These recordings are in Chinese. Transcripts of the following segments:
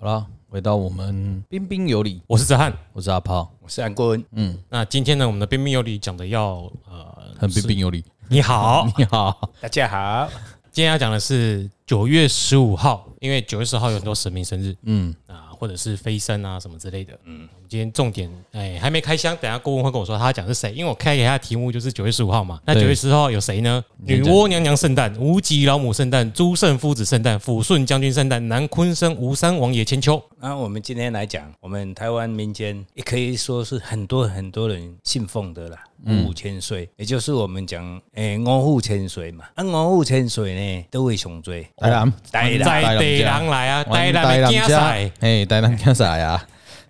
好啦，回到我们彬彬有礼，我是泽汉。我是阿炮，我是韩国文，那今天呢，我们的彬彬有礼讲的要呃，很彬彬有礼。你好，你好，大家 好。今天要讲的是九月十五号，因为九月十号有很多神明生日嗯，啊，或者是飞升啊什么之类的。嗯，我们今天重点哎、还没开箱，等一下顾问会跟我说他要讲是谁，因为我开给他的题目就是九月十五号嘛。那对九月十号有谁呢？先女讲娲娘娘圣诞、无极老母圣诞、朱圣夫子圣诞、抚顺将军圣诞、南昆生吴三王爷千秋。那我们今天来讲，我们台湾民间也可以说是很多很多人信奉的啦，嗯五千岁，也就是我们讲诶五户千岁嘛。啊，五户千岁呢都会上追，哦台南呆啦，在地人来啊，呆人的台竞赛哎家，。哎，台南家啥呀？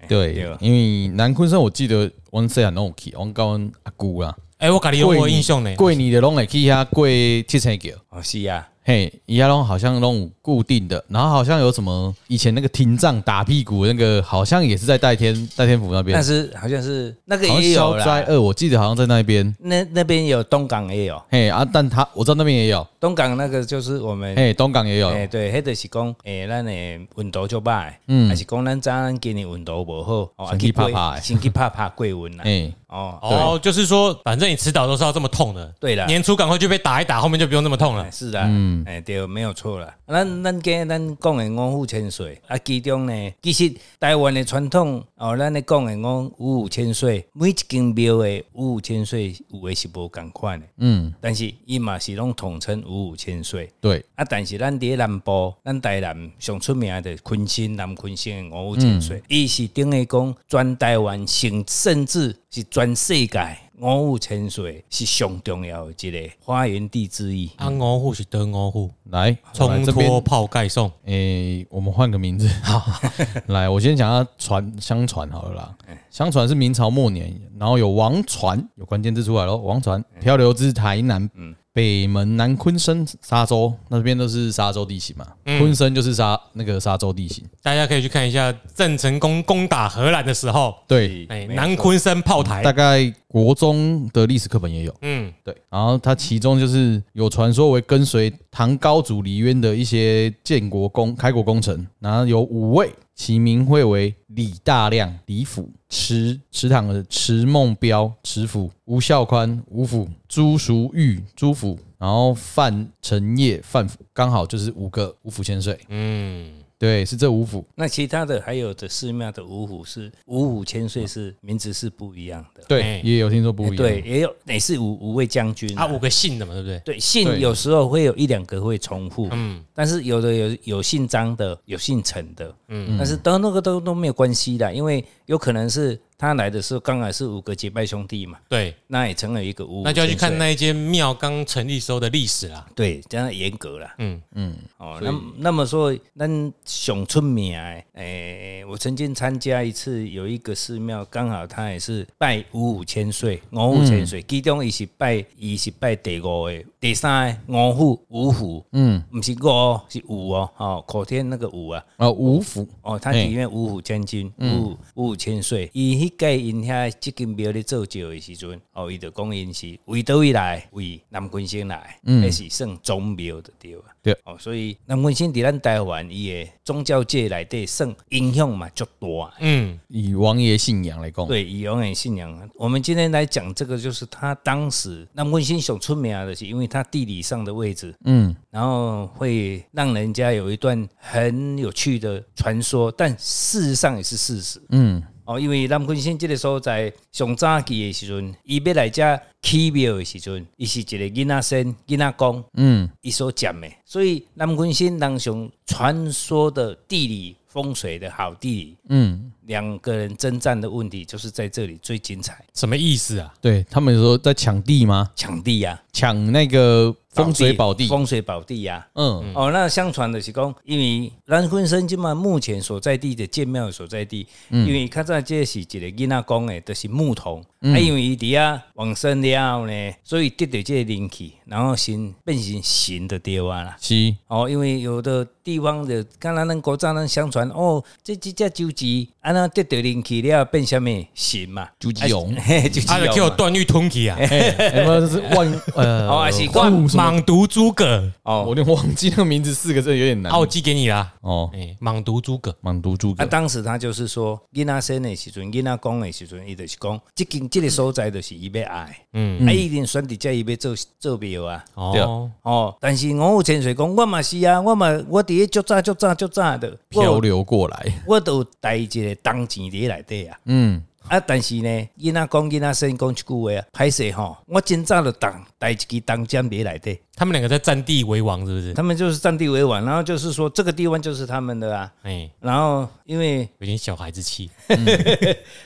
对对，因为南昆山我记得阮细汉拢有去，阮甲阮阿舅啦，哎、我感觉有我印象呢。过年的拢会去遐过七星桥。哦是啊，嘿，伊遐拢好像拢有固定的，然后好像有什么以前那个廷杖打屁股那个，好像也是在戴天戴天府那边但，是好像是那个好像也有消灾呃啦，二，我记得好像在那边。那那边有东港也有，嘿啊，但他我知道那边也有，东港那个就是我们嘿，东港也有，诶、对，迄就是讲，诶、咱诶运度就歹，嗯还是讲咱早咱今年运度无好，哦啊先去过拍拍的 先去拍拍过运 啦。嘿，哦，哦，就是说，反正你迟早都是要这么痛的。对啦年初赶快就被打一打，后面就不用那么痛了哎。是啦，嗯，诶、对，没有错啦。咱咱今咱讲诶五湖千岁，啊，其中呢，其实台湾的传统，哦，咱咧讲诶五五湖千岁，每一间庙诶五湖千岁有诶是无共款诶，嗯，但是伊嘛是拢统称五湖千岁。对，啊，但是咱伫南部，咱台南上出名的昆新南昆新的五湖清嗯水，伊、是等于讲全台湾，甚甚至是全世界五湖清水是上重要的一个花园地之一。啊，欧户是德欧户，来，我来冲这边脱泡盖送。诶、我们换个名字。好， 来，我先讲下传相传好了啦。相传是明朝末年，然后有王传，有关键字出来咯。王传漂流至台南，北门南昆生沙洲那边都是沙洲地形嘛，昆生就是沙那个沙洲地形。大家可以去看一下郑成功攻打荷兰的时候，对，哎，没错南昆山炮台大。概国中的历史课本也有。嗯，对，然后它其中就是有传说为跟随唐高祖李渊的一些建国功开国功臣，然后有五位，其名会为李大亮、李辅、池池塘的池梦标、池府、吴孝宽、吴府、朱淑玉、朱府，然后范承业、范府，刚好就是五个五府千岁。嗯，对，是这五府。那其他的还有的寺庙的五虎是五虎千岁是名字是不一样的，对，哎也有听说不一哎样。对，，也有也是五五位将军啊，五个姓的嘛，对不对？对，姓对有时候会有一两个会重复，嗯嗯，但是有的有有姓张的，有姓陈的，嗯，但是都那个都都没有关系的，因为有可能是他来的时候刚好是五个结拜兄弟嘛，对，那也成了一个五，那就要去千看岁那一间庙刚成立时候的历史啦。对，这样严格了。嗯哦，那那么说，咱熊村名的，诶、我曾经参加一次，有一个寺庙，刚好他也是拜五五千岁，五五千岁，嗯其中伊是拜，伊是拜第五个，第三个五虎五虎，嗯，不是五哦，是五哦，哦，口天那个五啊，啊，五府哦，他里面五虎将军，五虎五虎千岁，伊迄个因遐即间庙咧做酒的时阵，哦，伊就讲因是为倒位来，为南昆先来，那是算宗庙的对啊。对哦，所以南昆先伫咱台湾伊的宗教界内底算影响嘛足大的。嗯，以王爷信仰来讲，对，以永远信仰。我们今天来讲这个，就是他当时南昆先想出名的啊是，因为他地理上的位置，嗯，然后会让人家有一段很有趣的传说，但事实上也是事实。嗯，哦，因为南昆县这个所在上早期的时阵，伊要来遮起庙的时阵，伊是一个囡仔生、囡仔公，嗯，伊所占的，所以南昆县当上传说的地理风水的好地理，嗯，两个人征战的问题就是在这里最精彩，什么意思啊？对他们有说在抢地吗？抢地呀、抢那个风水宝地。风水宝地呀、嗯，哦，那相传的是讲，因为咱昆山即嘛目前所在地的建庙的所在地，嗯因为较早这是一个囡仔讲的，就是牧童，嗯啊，因为伊伫啊往生了后呢，所以得到这个灵气，然后神变成神的对啊啦。是，哦，因为有的地方的，刚才咱国早咱相传哦，这几只酒鸡啊，啊那得到灵气了变什么神嘛？朱吉勇啊，嘿就他就叫我段誉吞去啊，哎，有没有就是万呃，哦还是万万什么莽毒诸葛，我哦，有点忘记那个名字，四个字有点难啊，。我寄给你啦。哦，哎，莽毒诸葛，满毒诸啊，葛，当时他就是说，囡仔生的时阵，囡仔讲的时阵，伊就是讲，即间即个所在就是伊要爱，嗯，啊，伊一定选择这伊要做做庙啊。对哦，哦，但是我有潜水讲，我嘛是啊，我嘛我伫咧足早足早足早的，我漂有流过来。我都带一个当钱伫内底啊。嗯，啊，但是呢，囡仔讲囡仔先讲一句话啊，歹势吼，我真早就当带一支当尖伫内底，他们两个在占地为王，是不是？他们就是占地为王，然后就是说这个地方就是他们的啊。哎，然后因为有点小孩子气，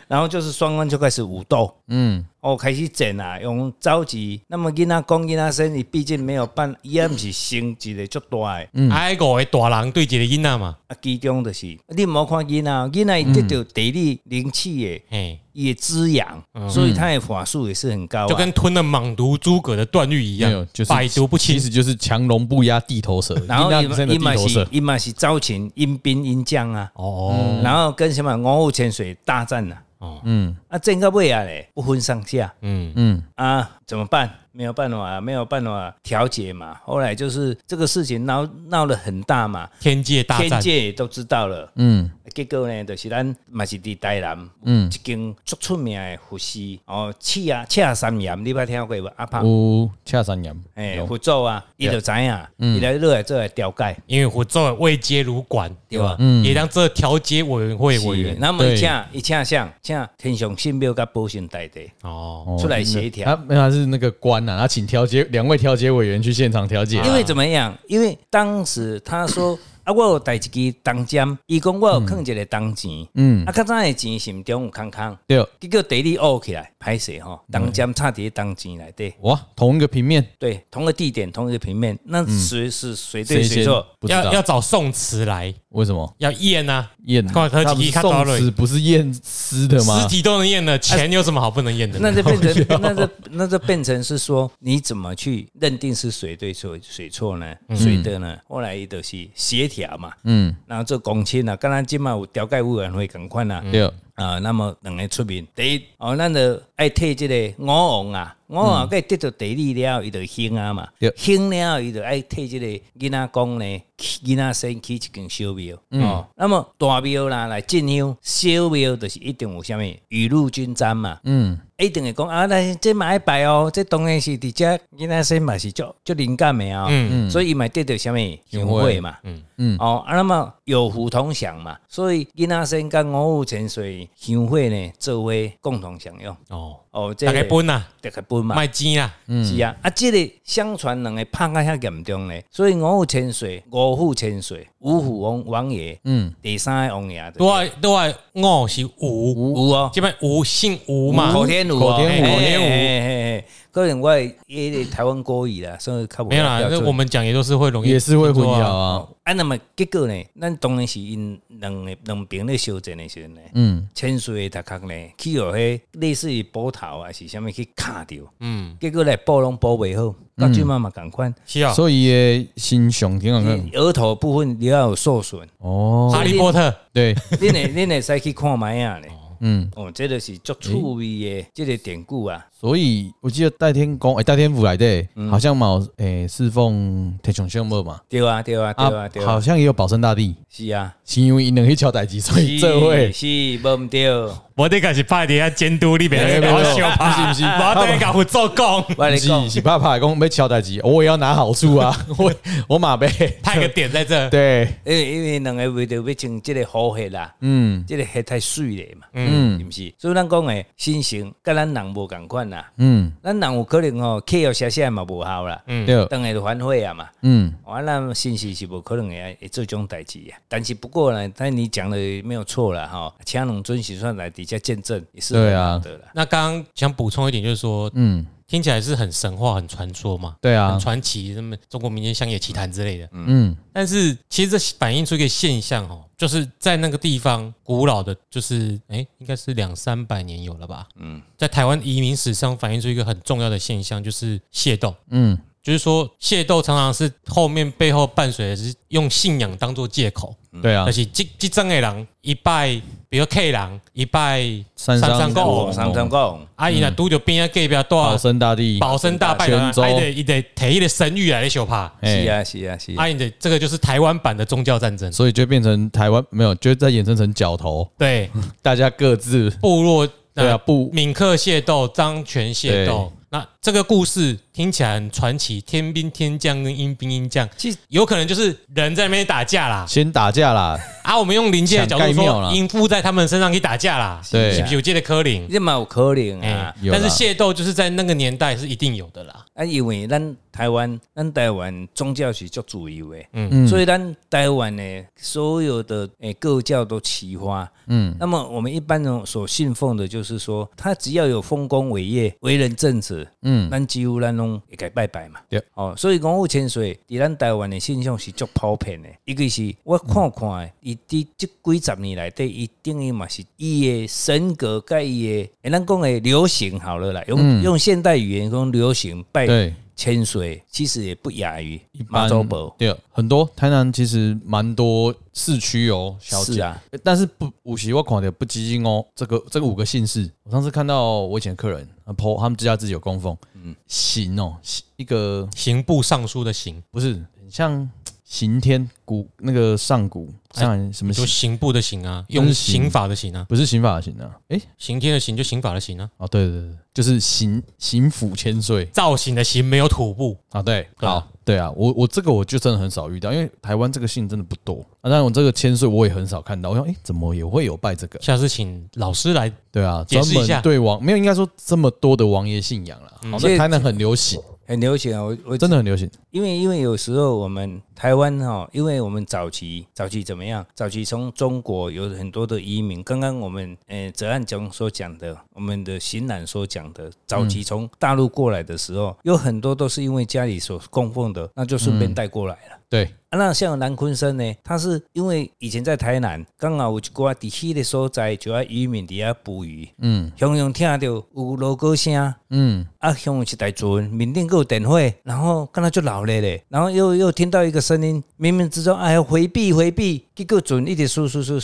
然后就是双方就开始武斗，嗯，哦，开始整啊，用召集。那么囡仔讲囡仔先，你毕竟没有办，伊也毋是升一个足大诶。嗯哎，五个大人对一个囡仔嘛，啊，其中就是你毋好看囡仔，囡仔伊得到地理灵气诶，哎，伊诶滋养，所以他的法术也是很高、啊。就跟吞了莽毒诸葛的段誉一没有样，就是百毒不侵其。实就是强龙不压地头蛇，然后一定要真的伊伊地嘛头是蛇。伊嘛是招请阴兵阴将啊，哦然后跟什么五湖潜水大战啊，哦，嗯啊，战到尾啊嘞，不分上下嗯，嗯，啊，怎么办？没有办法、啊，没有办法调解嘛。后来就是这个事情闹闹得很大嘛，天界大天战，界也都知道了。嗯结果呢，就是咱嘛是伫台南，嗯一间足出名的佛寺哦，赤啊赤啊三岩，你捌听过无？阿胖，有恰三羊，诶、有嗯佛祖啊，伊就知影，伊来落来做来调解，因为我作为未接如管，对吧？嗯也当这调解委员会委员是那么对一请一请像请天上信庙甲保信大帝哦，哦出来协调他没有他是那个官啊，他请调解两位调解委员去现场调解。因为怎么样？因为当时他说啊，我有带一支当尖，伊讲我有囥一个当钱，嗯，啊，较早的钱是毋中有空空，对，结果地理凹起来，歹势吼，当尖插伫当钱内底。哇，同一个平面，对，同个地点，同一个平面，嗯那谁是谁对谁谁先错？不知要要道？找宋慈来，为什么要验啊，验？看看他几不是看到宋了慈不是验尸的吗尸？体都能验的，钱有什么好不能验的？那 就变成，那就那就变成是说，你怎么去认定是谁对错，谁错呢？谁的呢？后来伊就是协调嘛，嗯，然后做公亲啊，刚刚今嘛有调解委员会共款啊，对，啊，那么两个出面，第一哦，咱就爱替即个五王啊，五王该得到地利了后，伊就兴啊嘛对，兴了后，伊就爱替即个囡仔讲呢，起囡仔先起一间小庙、哦。那么大庙啦来进香，小庙就是一定有啥物雨露均沾嘛，嗯一定会讲啊，咱这嘛爱拜哦，这当然是伫遮囡仔先嘛是足足灵感的啊、哦，嗯所以伊嘛得到啥物香香火火嘛，嗯嗯哦，啊，那么有福同享嘛，所以囡仔先跟五湖泉水香火呢，做伙共同享用。哦，哦，这大概分啦，大概分嘛，卖鸡啦，嗯是啊，啊，这个相传两个拍到遐严重呢，所以五湖泉水、五湖泉水、五虎王王爷，嗯，第三个王爷的都爱都爱五是吴，有哦，这边吴姓吴嘛，哎口天吴，口天嘿吴口天啊吴嘿嘿嘿嘿可能我迄个台湾国语啦，所以较不没有啦，标那准我们讲也都是会容易也是会混淆听错啊。啊。啊，那么结果呢，咱当然是因两个两边咧修正的时阵呢。嗯潜水的头壳呢，去有迄类似于波头啊，是啥物去卡着，嗯，结果来补拢补袂好，嗯到即妈嘛共款，是啊，所以诶，心胸挺好看你额头部分你要有 受损，哦。哈利波特对，恁会恁会使去看卖啊咧。嗯，哦，这就是足趣味的，这个典故啊，所以我记得戴天公诶，戴天府来的，嗯好像嘛有诶侍奉天雄圣母嘛，对啊，对啊，对啊，对好啊，像也有保生大帝，是啊，是因为因两去敲代志，所以这位是无毋对，我得开始派底下监督你别没有搞笑没有怕，不是不是我得搞胡做工，我跟你是讲，是怕怕讲要敲代志，我也要拿好处 啊，我我马呗，派个点在这。对，因为因为两个为着要穿这个好鞋啦，嗯这个鞋太水咧嘛，是嗯毋是？所以咱讲的心情甲咱人无共款啦。嗯，咱人有可能吼、客户写写嘛无效啦，对，当然就反悔啊嘛。嗯啊，那信息是无可能会会做这种代志啊。但是不过呢，但你讲的没有错啦吼，请两尊神算来底下见证也是对啊很好的啦。那刚刚想补充一点，就是说嗯，听起来是很神话、很传说嘛，对很啊，传奇，什么中国民间乡野奇谈之类的。嗯但是其实这反映出一个现象哦，就是在那个地方古老的，就是哎、诶应该是两三百年有了吧。嗯，在台湾移民史上反映出一个很重要的现象，就是械斗。嗯就是说械斗常常是后面背后伴随的是用信仰当做借口，对嗯啊而，且这这种的人一拜，比如 K 人一拜三商个哦哦，三三哦讲，啊，伊若嗯拄着边仔隔壁多保少生大帝，保生大拜的人，泉州啊伊得伊得摕伊的神谕来咧相拍，啊哎是啊是啊是啊，伊得这个就是台湾版的宗教战争，所以就变成台湾没有，就再衍生成角头， 对大家各自部落对啊呃不闽客械斗、漳泉械斗。那这个故事听起来很传奇，天兵天将跟阴兵阴将，其实有可能就是人在那边打架啦，先打架啦，啊，我们用灵界的角度想盖庙啦说，应付在他们身上去打架啦，对是不是有这个柯林？这嘛有可能哎啊，有啦但是械斗就是在那个年代是一定有的啦，啊，因为咱台湾，咱台湾宗教是足自由的，嗯所以咱台湾的所有的诶各教都齐花。嗯，那么我们一般人所信奉的就是说，他只要有丰功伟业、为人正直，嗯嗯，咱几乎咱拢会给拜拜嘛。对，哦，所以讲五千岁，伫咱台湾的现象是足普遍的。一个是我看看的，伊伫即几十年来底，伊定义嘛是伊的神格甲伊的，诶，咱讲的流行好了啦，用、用现代语言讲流行拜嗯对，千岁，其实也不亚于一妈般哎祖婆。对很多台南其实蛮多市区有小是姐，啊，但是不五十我看的不基金哦，这个这个五个姓氏，我上次看到我以前的客人啊，po 他们家自己有供奉，嗯，行哦，行一个刑部尚书的刑，不是很像刑天古那个上古哎上什么就刑，刑部的刑啊，就是用刑刑法的刑啊，不是刑法的刑啊，诶，刑天的刑就刑法的刑啊，哦对对对，就是刑刑府千岁。造型的刑没有土部，啊，对，对啊好，对啊，我我这个我就真的很少遇到，因为台湾这个姓真的不多啊。但我这个千岁我也很少看到，我想，诶，怎么也会有拜这个？下次请老师来，对啊，解专释一下嗯门对王没有，应该说这么多的王爷信仰啦。好，在这台南很流行，很流行啊。我我真的很流行。因为因为有时候我们台湾哈、因为我们早期早期怎么样？早期从中国有很多的移民。刚刚我们呃泽岸讲所讲的，我们的邢冉所讲的，早嗯期从大陆过来的时候，有很多都是因为家里所供奉的，那就嗯顺便带过来了。对，啊，那像南昆生呢，他是因为以前在台南，刚好有一寡伫迄个所在，就要渔民伫遐捕鱼，嗯常常听到有锣鼓声，嗯，啊，像有一台船，缅甸有电话，然后刚才就老了嘞，然后又又听到一个声音，冥冥之中哎呀回避回避，结果船一直输输输，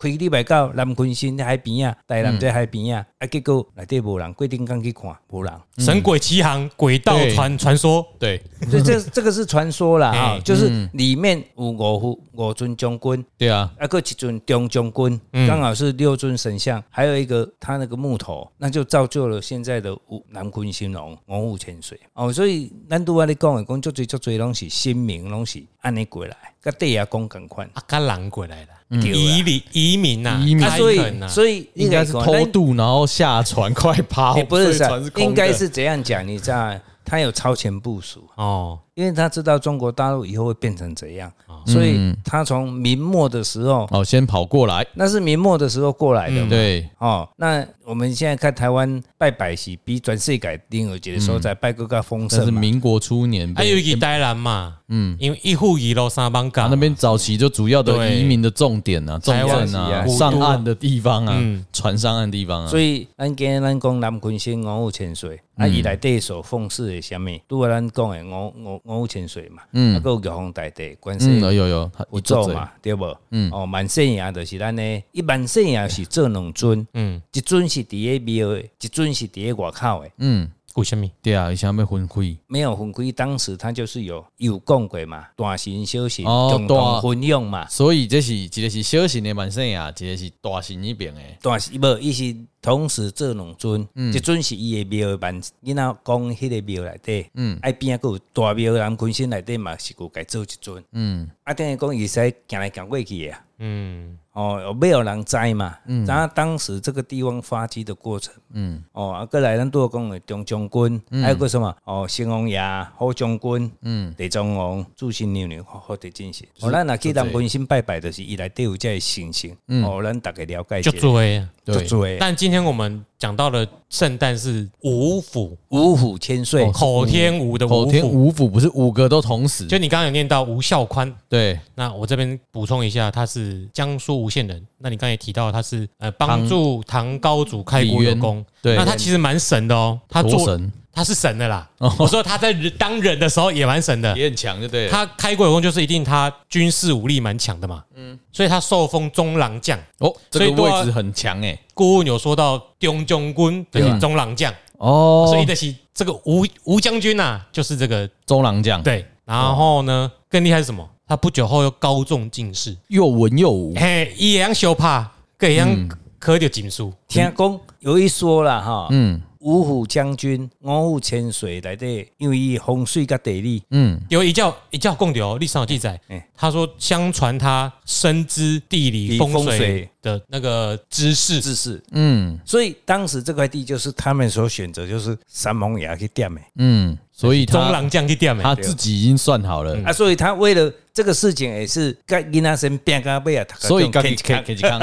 开礼拜到南昆新海边啊，台南这海边嗯啊，啊结果内底无人，规定刚去看无人，神鬼奇航、鬼道对传传说，对所以这这个是传说啦啊，哎嗯就是里面有五虎五尊将军。对啊，啊，个一尊中将军，嗯刚好是六尊神像，还有一个他那个木头，那就造就了现在的五南昆兴隆、王武千岁哦。所以咱拄仔咧讲的讲，足侪足侪拢是新民，拢是安尼过来，甲地下讲共款。啊，跟狼过来了，嗯对啦移民移民呐，啊移民啊，开所垦以呐所以你应该是看偷咱渡然后下船快跑哎，不所以是啊船是空的应该是怎样讲？你知道，他有超前部署，哦，因为他知道中国大陆以后会变成怎样，所以他从明末的时候，哦，先跑过来，那是明末的时候过来的嘛。对，哦，那我们现在看台湾拜拜是比全世界另外一个所在拜更加丰嗯但是盛嘛。民国初年还有被。一啊个台南嘛，嗯，因为一户一楼三帮啊港，那边早期就主要的对移民的重点啊，重台湾镇啊，是啊古都上岸的地方啊嗯，船上岸的地方啊，所以咱今天咱讲南昆仙五五千岁，嗯啊，伊内底所奉祀的什么，拄啊咱讲的五五五五千岁嘛，啊，嗯还有玉皇大帝观嗯，世音有有有，它有一座做嘴嘛，对无？嗯哦，万圣爷就是咱的，伊万圣爷是做两尊，嗯，一尊是伫咧庙的，一尊是伫咧外口的。嗯，顾什么？对啊，以前被昏灰，没有分开，当时他就是有有讲过嘛，大神小神哦共大同分用嘛。所以这是一个是小型的万圣啊，一个是大型那边的，但是无，伊是同时做两尊，一尊是伊的庙的办，囡仔讲迄个庙内底，嗯，爱边啊有大庙南昆新内底嘛是有家做一尊，嗯，啊等于讲伊使行来行过去的啊，嗯，哦，有没有人知嘛？嗯，然后当时这个地方发迹的过程，嗯，哦，啊，过来咱拄讲的中将军，还有个什么哦，新王爷、好将军，嗯，地藏王、祝新娘娘、好地进行，哦，咱若去南昆新拜拜，就是伊内底有这个神性，哦，咱大概了解一就下，做诶。对，做的但今天我们讲到的圣诞是五府哦五虎千岁，哦口天吴的口五天府，五府不是五个都同时，就你刚刚有念到吴孝宽，对，那我这边补充一下，他是江苏吴县人。那你刚才也提到他是呃帮助唐高祖开国有功，对那他其实蛮神的哦，他多做神，哦他是神的啦。我说他在人当人的时候也蛮神的， 也很强，就对了。他开国有功就是一定他军事武力蛮强的嘛。嗯，所以他受封中郎将。哦，这所以啊个都要位置很强哎。顾问有说到中将军就是中郎将，啊哦，所以的是这个吴吴将军呐、啊就是这个周郎将，对。然后呢，更厉害是什么？他不久后又高中进士，又文又武，嘿，一样修怕，各样科到锦书。听讲有一说啦哈，嗯五虎将军、五虎千岁内底，因为伊风水甲地理，嗯，有一教一教共有历哦史上有记载哎，他说相传他深知地理地风风水水的那个知识，自是。嗯所以当时这块地就是他们所选择，就是三盟牙去点的、嗯，所以中他郎将去嗯点的他自己已经算好了，啊。所以他为了这个事情也是跟囡仔生变到尾啊，大家所以都刚给看一看 给几康，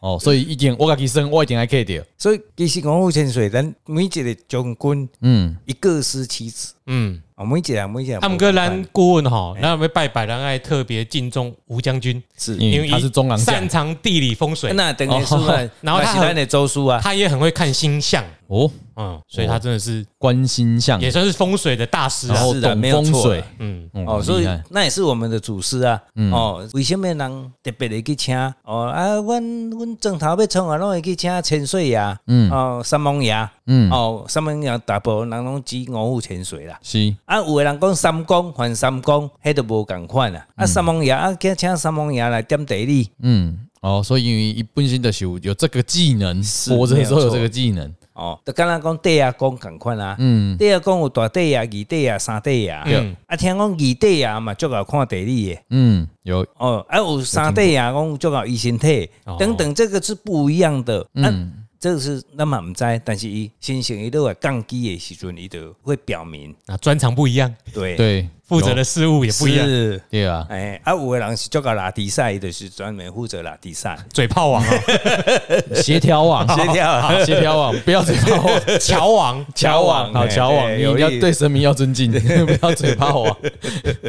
哦，所以一定我给生，我一定还可以掉，所以其实五虎千岁，咱每一个将军嗯，伊各司其职，嗯，啊，每一个人每一个人。他们哥咱顾问吼，那要拜拜，咱爱特别敬重吴将军，是，因为他是中郎将擅长地理风水，那等于说哦啊，然后他那是咱的周 叔啊，他也很会看星象，哦，嗯哦嗯，所以他真的是观心向，也算是风水的大师然啊。后啊是的懂没有风错水啊，嗯，哦哦，，所厉以害嗯那也是我们的祖师啊。哦，为什么人特别的去请？哦啊，阮阮正头要创啊，拢会去请千岁呀，嗯哦，三王爷，嗯，哦，三王爷大部分人拢指五虎千岁啦。是，啊，有的人讲三公还三公，迄都无共款啊。啊，三王爷啊，叫请三王爷来点地理。嗯，哦，所以因为一本身的有有这个技能，是活着的时候没有有错这个技能，哦，就敢若讲地啊，讲共款啊。嗯，地啊，讲有大地啊、二地啊、三地啊。对啊，听讲二地啊嘛，足够看地理的。嗯，有，哦，啊有三地啊，讲做搞医身体哦等等，这个是不一样的。嗯，嗯，这个是那么唔知，但是伊新型伊都会降低的时阵，伊就会表明，啊，专长不一样，对对，负责的事物也不一样。是对啊，哎，啊，有的人是做搞拉迪赛，伊就是专门负责拉迪赛，嘴炮王啊，协调网，协调啊好 协调网，不要嘴 炮网。乔王，乔王，乔王好，哎乔哎王，你有要力对神明要尊 敬，不要嘴炮啊，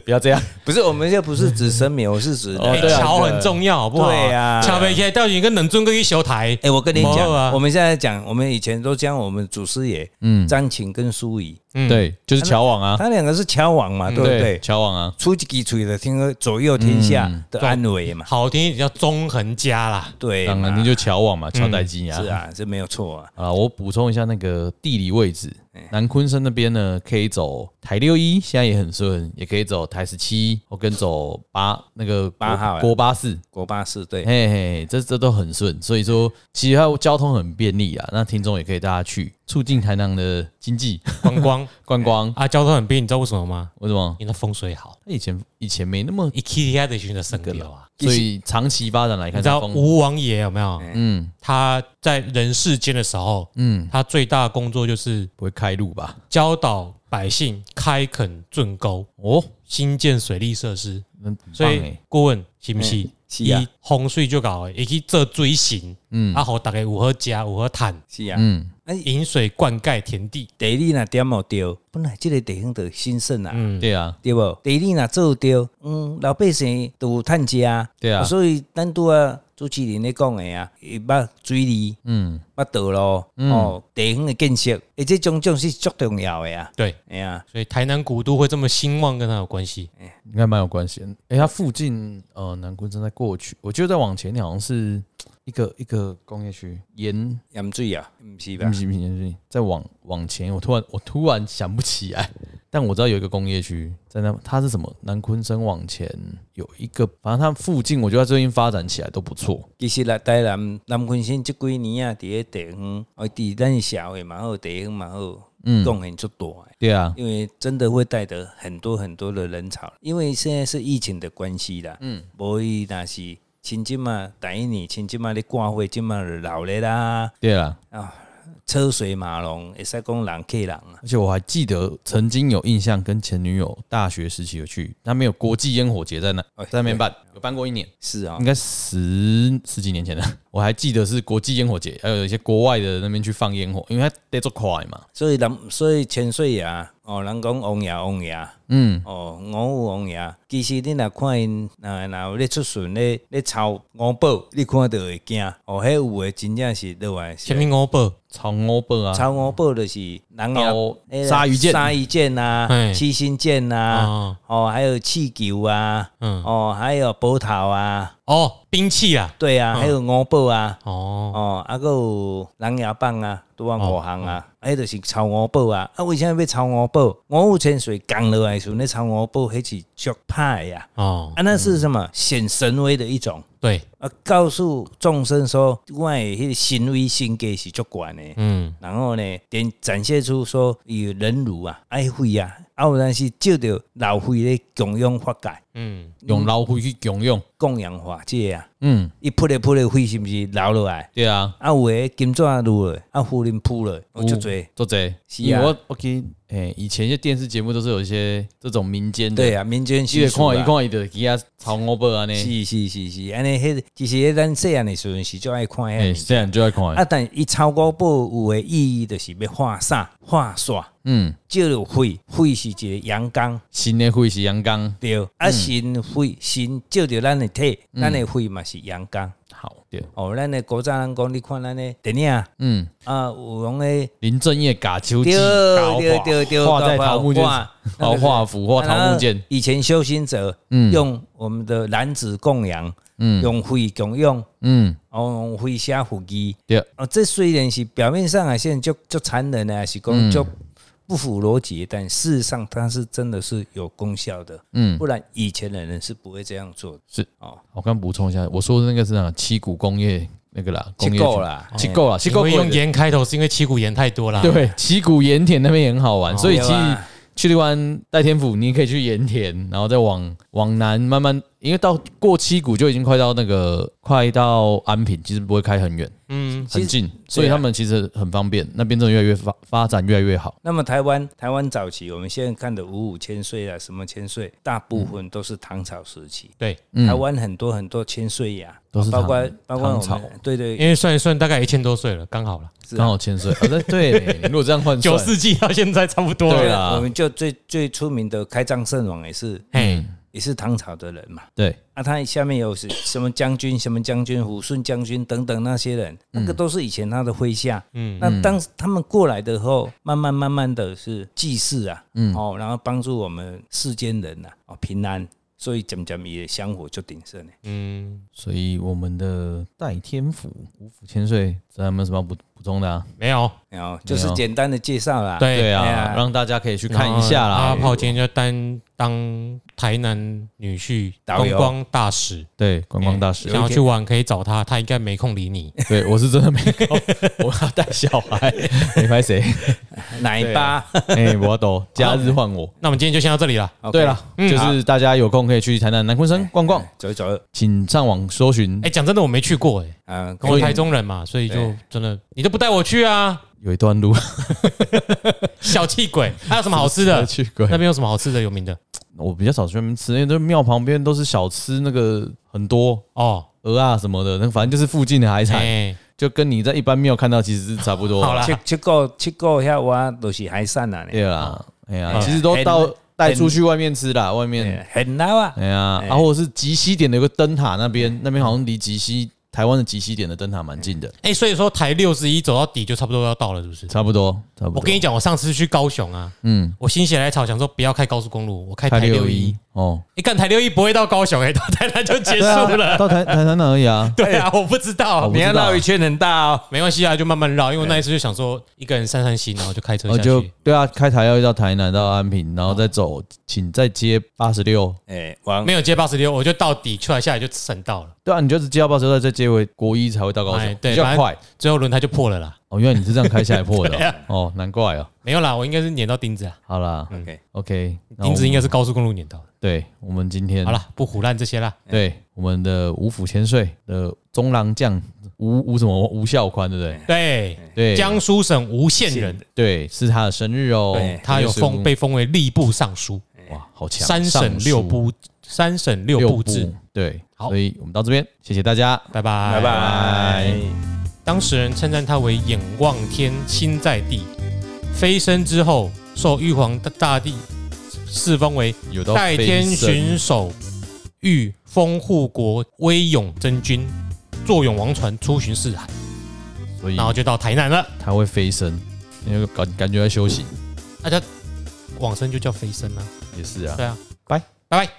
不要这样。不是我们这不是指神 明，我是指哦哎对啊乔很重要，好不好？对啊乔北现到底跟冷尊跟一修台，哎，我跟你没有啊讲，我们现在讲，我们以前都将我们祖师爷，嗯嗯，张琴跟苏怡，嗯对，就是乔王啊，他两个是乔王嘛，对不嗯对？嗯乔王啊，出一支嘴的，听说左右天下的安危嘛，好听一点叫中横 家啦。对嘛，当然你嗯就乔王嘛，乔代基啊啊是。啊，这没有错啊。啊，我补充一下那个地理位置，南昆山那边呢，可以走台六一，现在也很顺，也可以走台十七，我跟走八那个八号国啊国八四，国巴士对，嘿嘿，这这都很顺，所以说其实它交通很便利啊。那听众也可以大家去促进台南的经济观光观光，啊，交通很便，你知道为什么吗？为什么？因为它风水好，他以前以前没那么一 K T I 的群的神流啊。所以长期发展来你看，知道它风吴王爷有没有？嗯他在人世间的时候，嗯他最大的工作就是不会开路吧？教导百姓开垦圳沟，哦，新建水利设施。那很棒所以欸顾问是不是嗯？是啊伊洪水就搞的，伊去做水行，嗯啊，好大家有好食，有好趁，是啊，嗯引水灌溉田地。地理若点无对，本来即个地方就兴盛啊，嗯，对啊，对无？地理若做对，嗯，老百姓都有趁食啊。对啊所以咱拄啊主持人咧讲的啊，伊捌水利，嗯捌道路，哦，地方的建设，诶，这种种是足重要的啊。对，哎呀，所以台南古都会这么兴旺，跟它有关系。应该蛮有关系的。哎、它附近呃南昆山在过去，我记得再往前点好像是一个一个工业区，盐盐水啊，毋是吧不？行不行不行，再往往前，我突然我突然想不起来，但我知道有一个工业区在那，它是什么？南昆山往前有一个，反正它附近我觉得它最近发展起来都不错。其实啦，台南南昆县即几年啊，伫咧地方，哦，伫咱社会嘛好，地方嘛好，贡献足大的。对啊，因为真的会带得很多很多的人潮，因为现在是疫情的关系啦，嗯，无伊那是亲戚嘛，第一年亲戚嘛咧挂会，即嘛就闹热啦，对啊，车水马龙，会使讲人客人啊，而且我还记得曾经有印象，跟前女友大学时期有去，他们有国际烟火节在那哎在那边办，有办过一年，是啊、应该十十几年前了。我还记得是国际烟火节，还有一些国外的那边去放烟火，因为它得做快嘛。所以人所以千岁爷哦，人讲王爷王爷嗯，哦，五王爷，其实你若看因若若有咧出巡咧咧抄五宝，你看着会惊，哦，迄有诶真正是落来是前面欧伯，超欧本啊，抄五宝就是人南刀鸟、那个鲨鱼剑鲨鱼剑嘿啊、七星剑啊，啊，哦，还有气球啊，嗯，哦，还有波涛啊，哦，兵器啊，对啊，还有五宝啊，哦，哦，啊还有狼牙棒啊，拄啊五项啊，迄著是抄五宝啊。啊，为啥要抄五宝？五五千水降落来的时候，你抄五宝迄是足歹呀。哦，啊，那是什么？显神威的一种。对，啊，告诉众生说，我的迄个神威性格是足悬的。嗯，然后呢，展展现出说有忍辱啊、爱慧啊，啊，有但是照着老慧咧供养法界、嗯，用老虎去共用，供养法界啊，嗯，伊扑咧扑咧慧是毋是留落来？对啊，啊，有诶金纸撸了，啊，夫人扑了，有足多。做贼，是啊因为我我给诶，以前一些电视节目都是有一些这种民间的，对啊，民间你习得俗看一啊。看伊的其他草我伯安尼，是是是是，安尼迄其实迄咱细汉的时阵是最爱看诶，迄这样就要看，啊，但伊超过报有诶意义，就是要画煞画煞，嗯，借着血，血是一个阳刚，新的会是阳刚，对，嗯啊神血神借着咱的体，咱的血嘛是阳刚。好，对，哦，咱的古早人讲，你看咱的电影啊，嗯，有红诶，林正业嘎秋对季，搞对对对，画在桃木剑，画好画符画桃木剑，。啊以前修行者嗯用我们的男子供养，嗯用会供养，嗯，哦，会写腹肌。对，哦，这虽然是表面上啊，现在就就残忍啊，是嗯讲就不符逻辑，但事实上它是真的是有功效的。嗯不，然以前的人是不会这样做的。是哦，我刚补充一下，我说的那个是哪？七股工业那个啦，工去业够区，啦，七够啦，七因够为用盐，盐开头是因为七股盐太多了，，对，七股盐田那边也很好玩，所以对其实吧去台湾戴天府，你可以去盐田，然后再往往南慢慢，因为到过七股就已经快到那个快到安平，其实不会开很远，嗯，很近，所以对啊他们其实很方便，那边真的越来越发发展越来越好。那么台湾台湾早期，我们现在看的五五千岁啊，什么千岁，大部分都是唐朝时期。对，台嗯，湾很多很多千岁呀，都是包括唐包括我唐朝们对对因为算一算大概一千多岁了，刚好了，是啊刚好千岁，啊对对，如果这样换算九，世纪到现在差不多对啊了，啦我们就最最出名的开漳圣王也是嘿，也是唐朝的人嘛。嗯对，啊，他下面有是什么将军、什么将军、虎顺将军等等那些人，那个都是以前他的麾下。嗯，那当他们过来的后，慢慢慢慢的是祭祀啊，嗯哦，然后帮助我们世间人呐、啊，哦平安，所以渐渐也香火就鼎盛了。嗯，所以我们的戴天府五府千岁，这还有没有什么要补补充的啊？没有，然后就是没有简单的介绍啦。对对哎啊，呀让大家可以去看一下阿啦。炮今天就担当台南女婿导观游光大使，对，观光大使哎想，要去玩可以找他，他应该没空理你。对我是真的没空， 我要带小孩，没拍谁，奶爸， 哎，我懂，假日换我。那我们今天就先到这里了。 OK，对了，嗯就是大家有空可以去台南南昆山逛逛，走一走，请上网搜寻哎、，讲真的，我没去过哎、嗯，跟可我以台中人嘛，所以就真的你都不带我去啊， 有一段路小 气鬼！还有什么好吃要的？去鬼那。边有什么好吃的有名的？我比较少去那边吃，因为都庙旁边都是小吃，那个很多哦，鹅啊什么的，那反正就是附近的海产，哎、就跟你在一般庙看到其实是差不多。好啦七七个七个遐我都是海产啊，对啦，哎呀，嗯其实都到哎带出去外面吃啦，外面哎很老啊，哎呀，啊，或者是极西点的有个灯塔那边，那边好像离极西台湾的极西点的灯塔蛮近的，哎、所以说台六十一走到底就差不多要到了，是不是？差不多，差不多。我跟你讲，我上次去高雄啊，嗯，我心血来潮想说不要开高速公路，我开台台六六一一。哦，你看台六一不会到高雄哎、到台南就结 束对啊了。到台台南而已 啊。对啊，我不知道，我不知道啊圈很大哦，没关系啊，就慢慢绕。因为我那一次就想说一个人散散心，然后就开车我下就去。对啊，开台要到台南到安平，然后再哦走，请再接八十六。哎，王没有接八十六，我就到底出来，下来就省到了。对啊，你就是接到八十六，再接回国一才会到高哎雄，对比较反正啊快。最后轮胎就破了啦，哦，原来你是这样开起来 破的哦哦，难怪哦。没有啦，我应该是碾到钉子啊，好啦 OK， ，OK，那我钉们子应该是高速公路碾到的。对，我们今天好啦，不胡乱这些啦，对，我们的五府千岁的中郎将吴吴什么吴孝宽，对不哎对？对，对，江苏省吴县人，对是他的生日哦对，他有就是封被封为吏部尚书，哇，好强，三省尚书六部，三省六六部制。，对，好所以我们到这边，谢谢大家，拜拜，拜拜。当事人称赞他为眼望天，心在地。飞升之后，受玉皇大帝赐封为有到代天飞升巡守御封护国威勇真君，坐拥王船出巡四海，所以然后就到台南了。他会飞升，那个感感觉在休息，那叫往生就叫飞升啊，也是啊。对啊，拜拜拜。